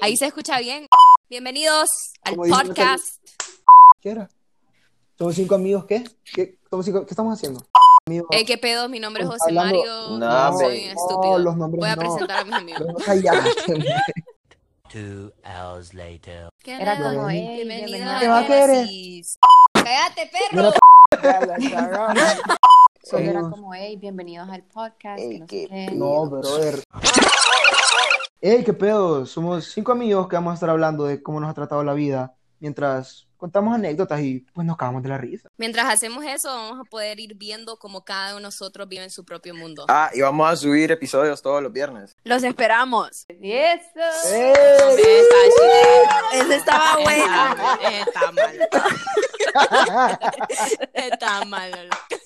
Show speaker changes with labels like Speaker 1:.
Speaker 1: Ahí se escucha bien. Bienvenidos al
Speaker 2: Como dice
Speaker 1: podcast.
Speaker 2: ¿Qué era? ¿Somos cinco amigos qué? ¿Qué, somos cinco- ¿qué estamos haciendo? Amigos,
Speaker 1: Eh, ¿Qué pedo? Mi nombre es José
Speaker 2: Hablando-
Speaker 1: Mario.
Speaker 3: No,
Speaker 1: soy
Speaker 3: hombre.
Speaker 1: un
Speaker 2: No,
Speaker 1: estúpido.
Speaker 2: los nombres
Speaker 1: Voy a
Speaker 2: no.
Speaker 1: presentar a mis amigos.
Speaker 2: no, ay, ya.
Speaker 4: Two hours later.
Speaker 1: ¿Qué
Speaker 5: Era
Speaker 1: pedo?
Speaker 5: como,
Speaker 2: Ay,
Speaker 5: "Ey,
Speaker 1: Bienvenida
Speaker 5: bienvenida".
Speaker 1: a
Speaker 2: ¿Qué va a querer?
Speaker 1: Génesis. ¡Cállate, perro!
Speaker 2: Mira,
Speaker 5: Ya la cagamos. Solo era
Speaker 2: Ey,
Speaker 5: como, hey, bienvenidos al podcast.
Speaker 3: Ey,
Speaker 5: que no, sé
Speaker 3: qué
Speaker 5: qué.
Speaker 2: No, brother. Ey, qué pedo. Somos cinco amigos que vamos a estar hablando de cómo nos ha tratado la vida mientras contamos anécdotas y pues nos cagamos de la risa.
Speaker 1: Mientras hacemos eso, vamos a poder ir viendo cómo cada uno de nosotros vive en su propio mundo.
Speaker 3: Ah, y vamos a subir episodios todos los viernes.
Speaker 6: Los esperamos.
Speaker 5: Y eso.
Speaker 2: ¡Ey!
Speaker 6: Ese estaba bueno.
Speaker 1: Está mal. Está mal. loco.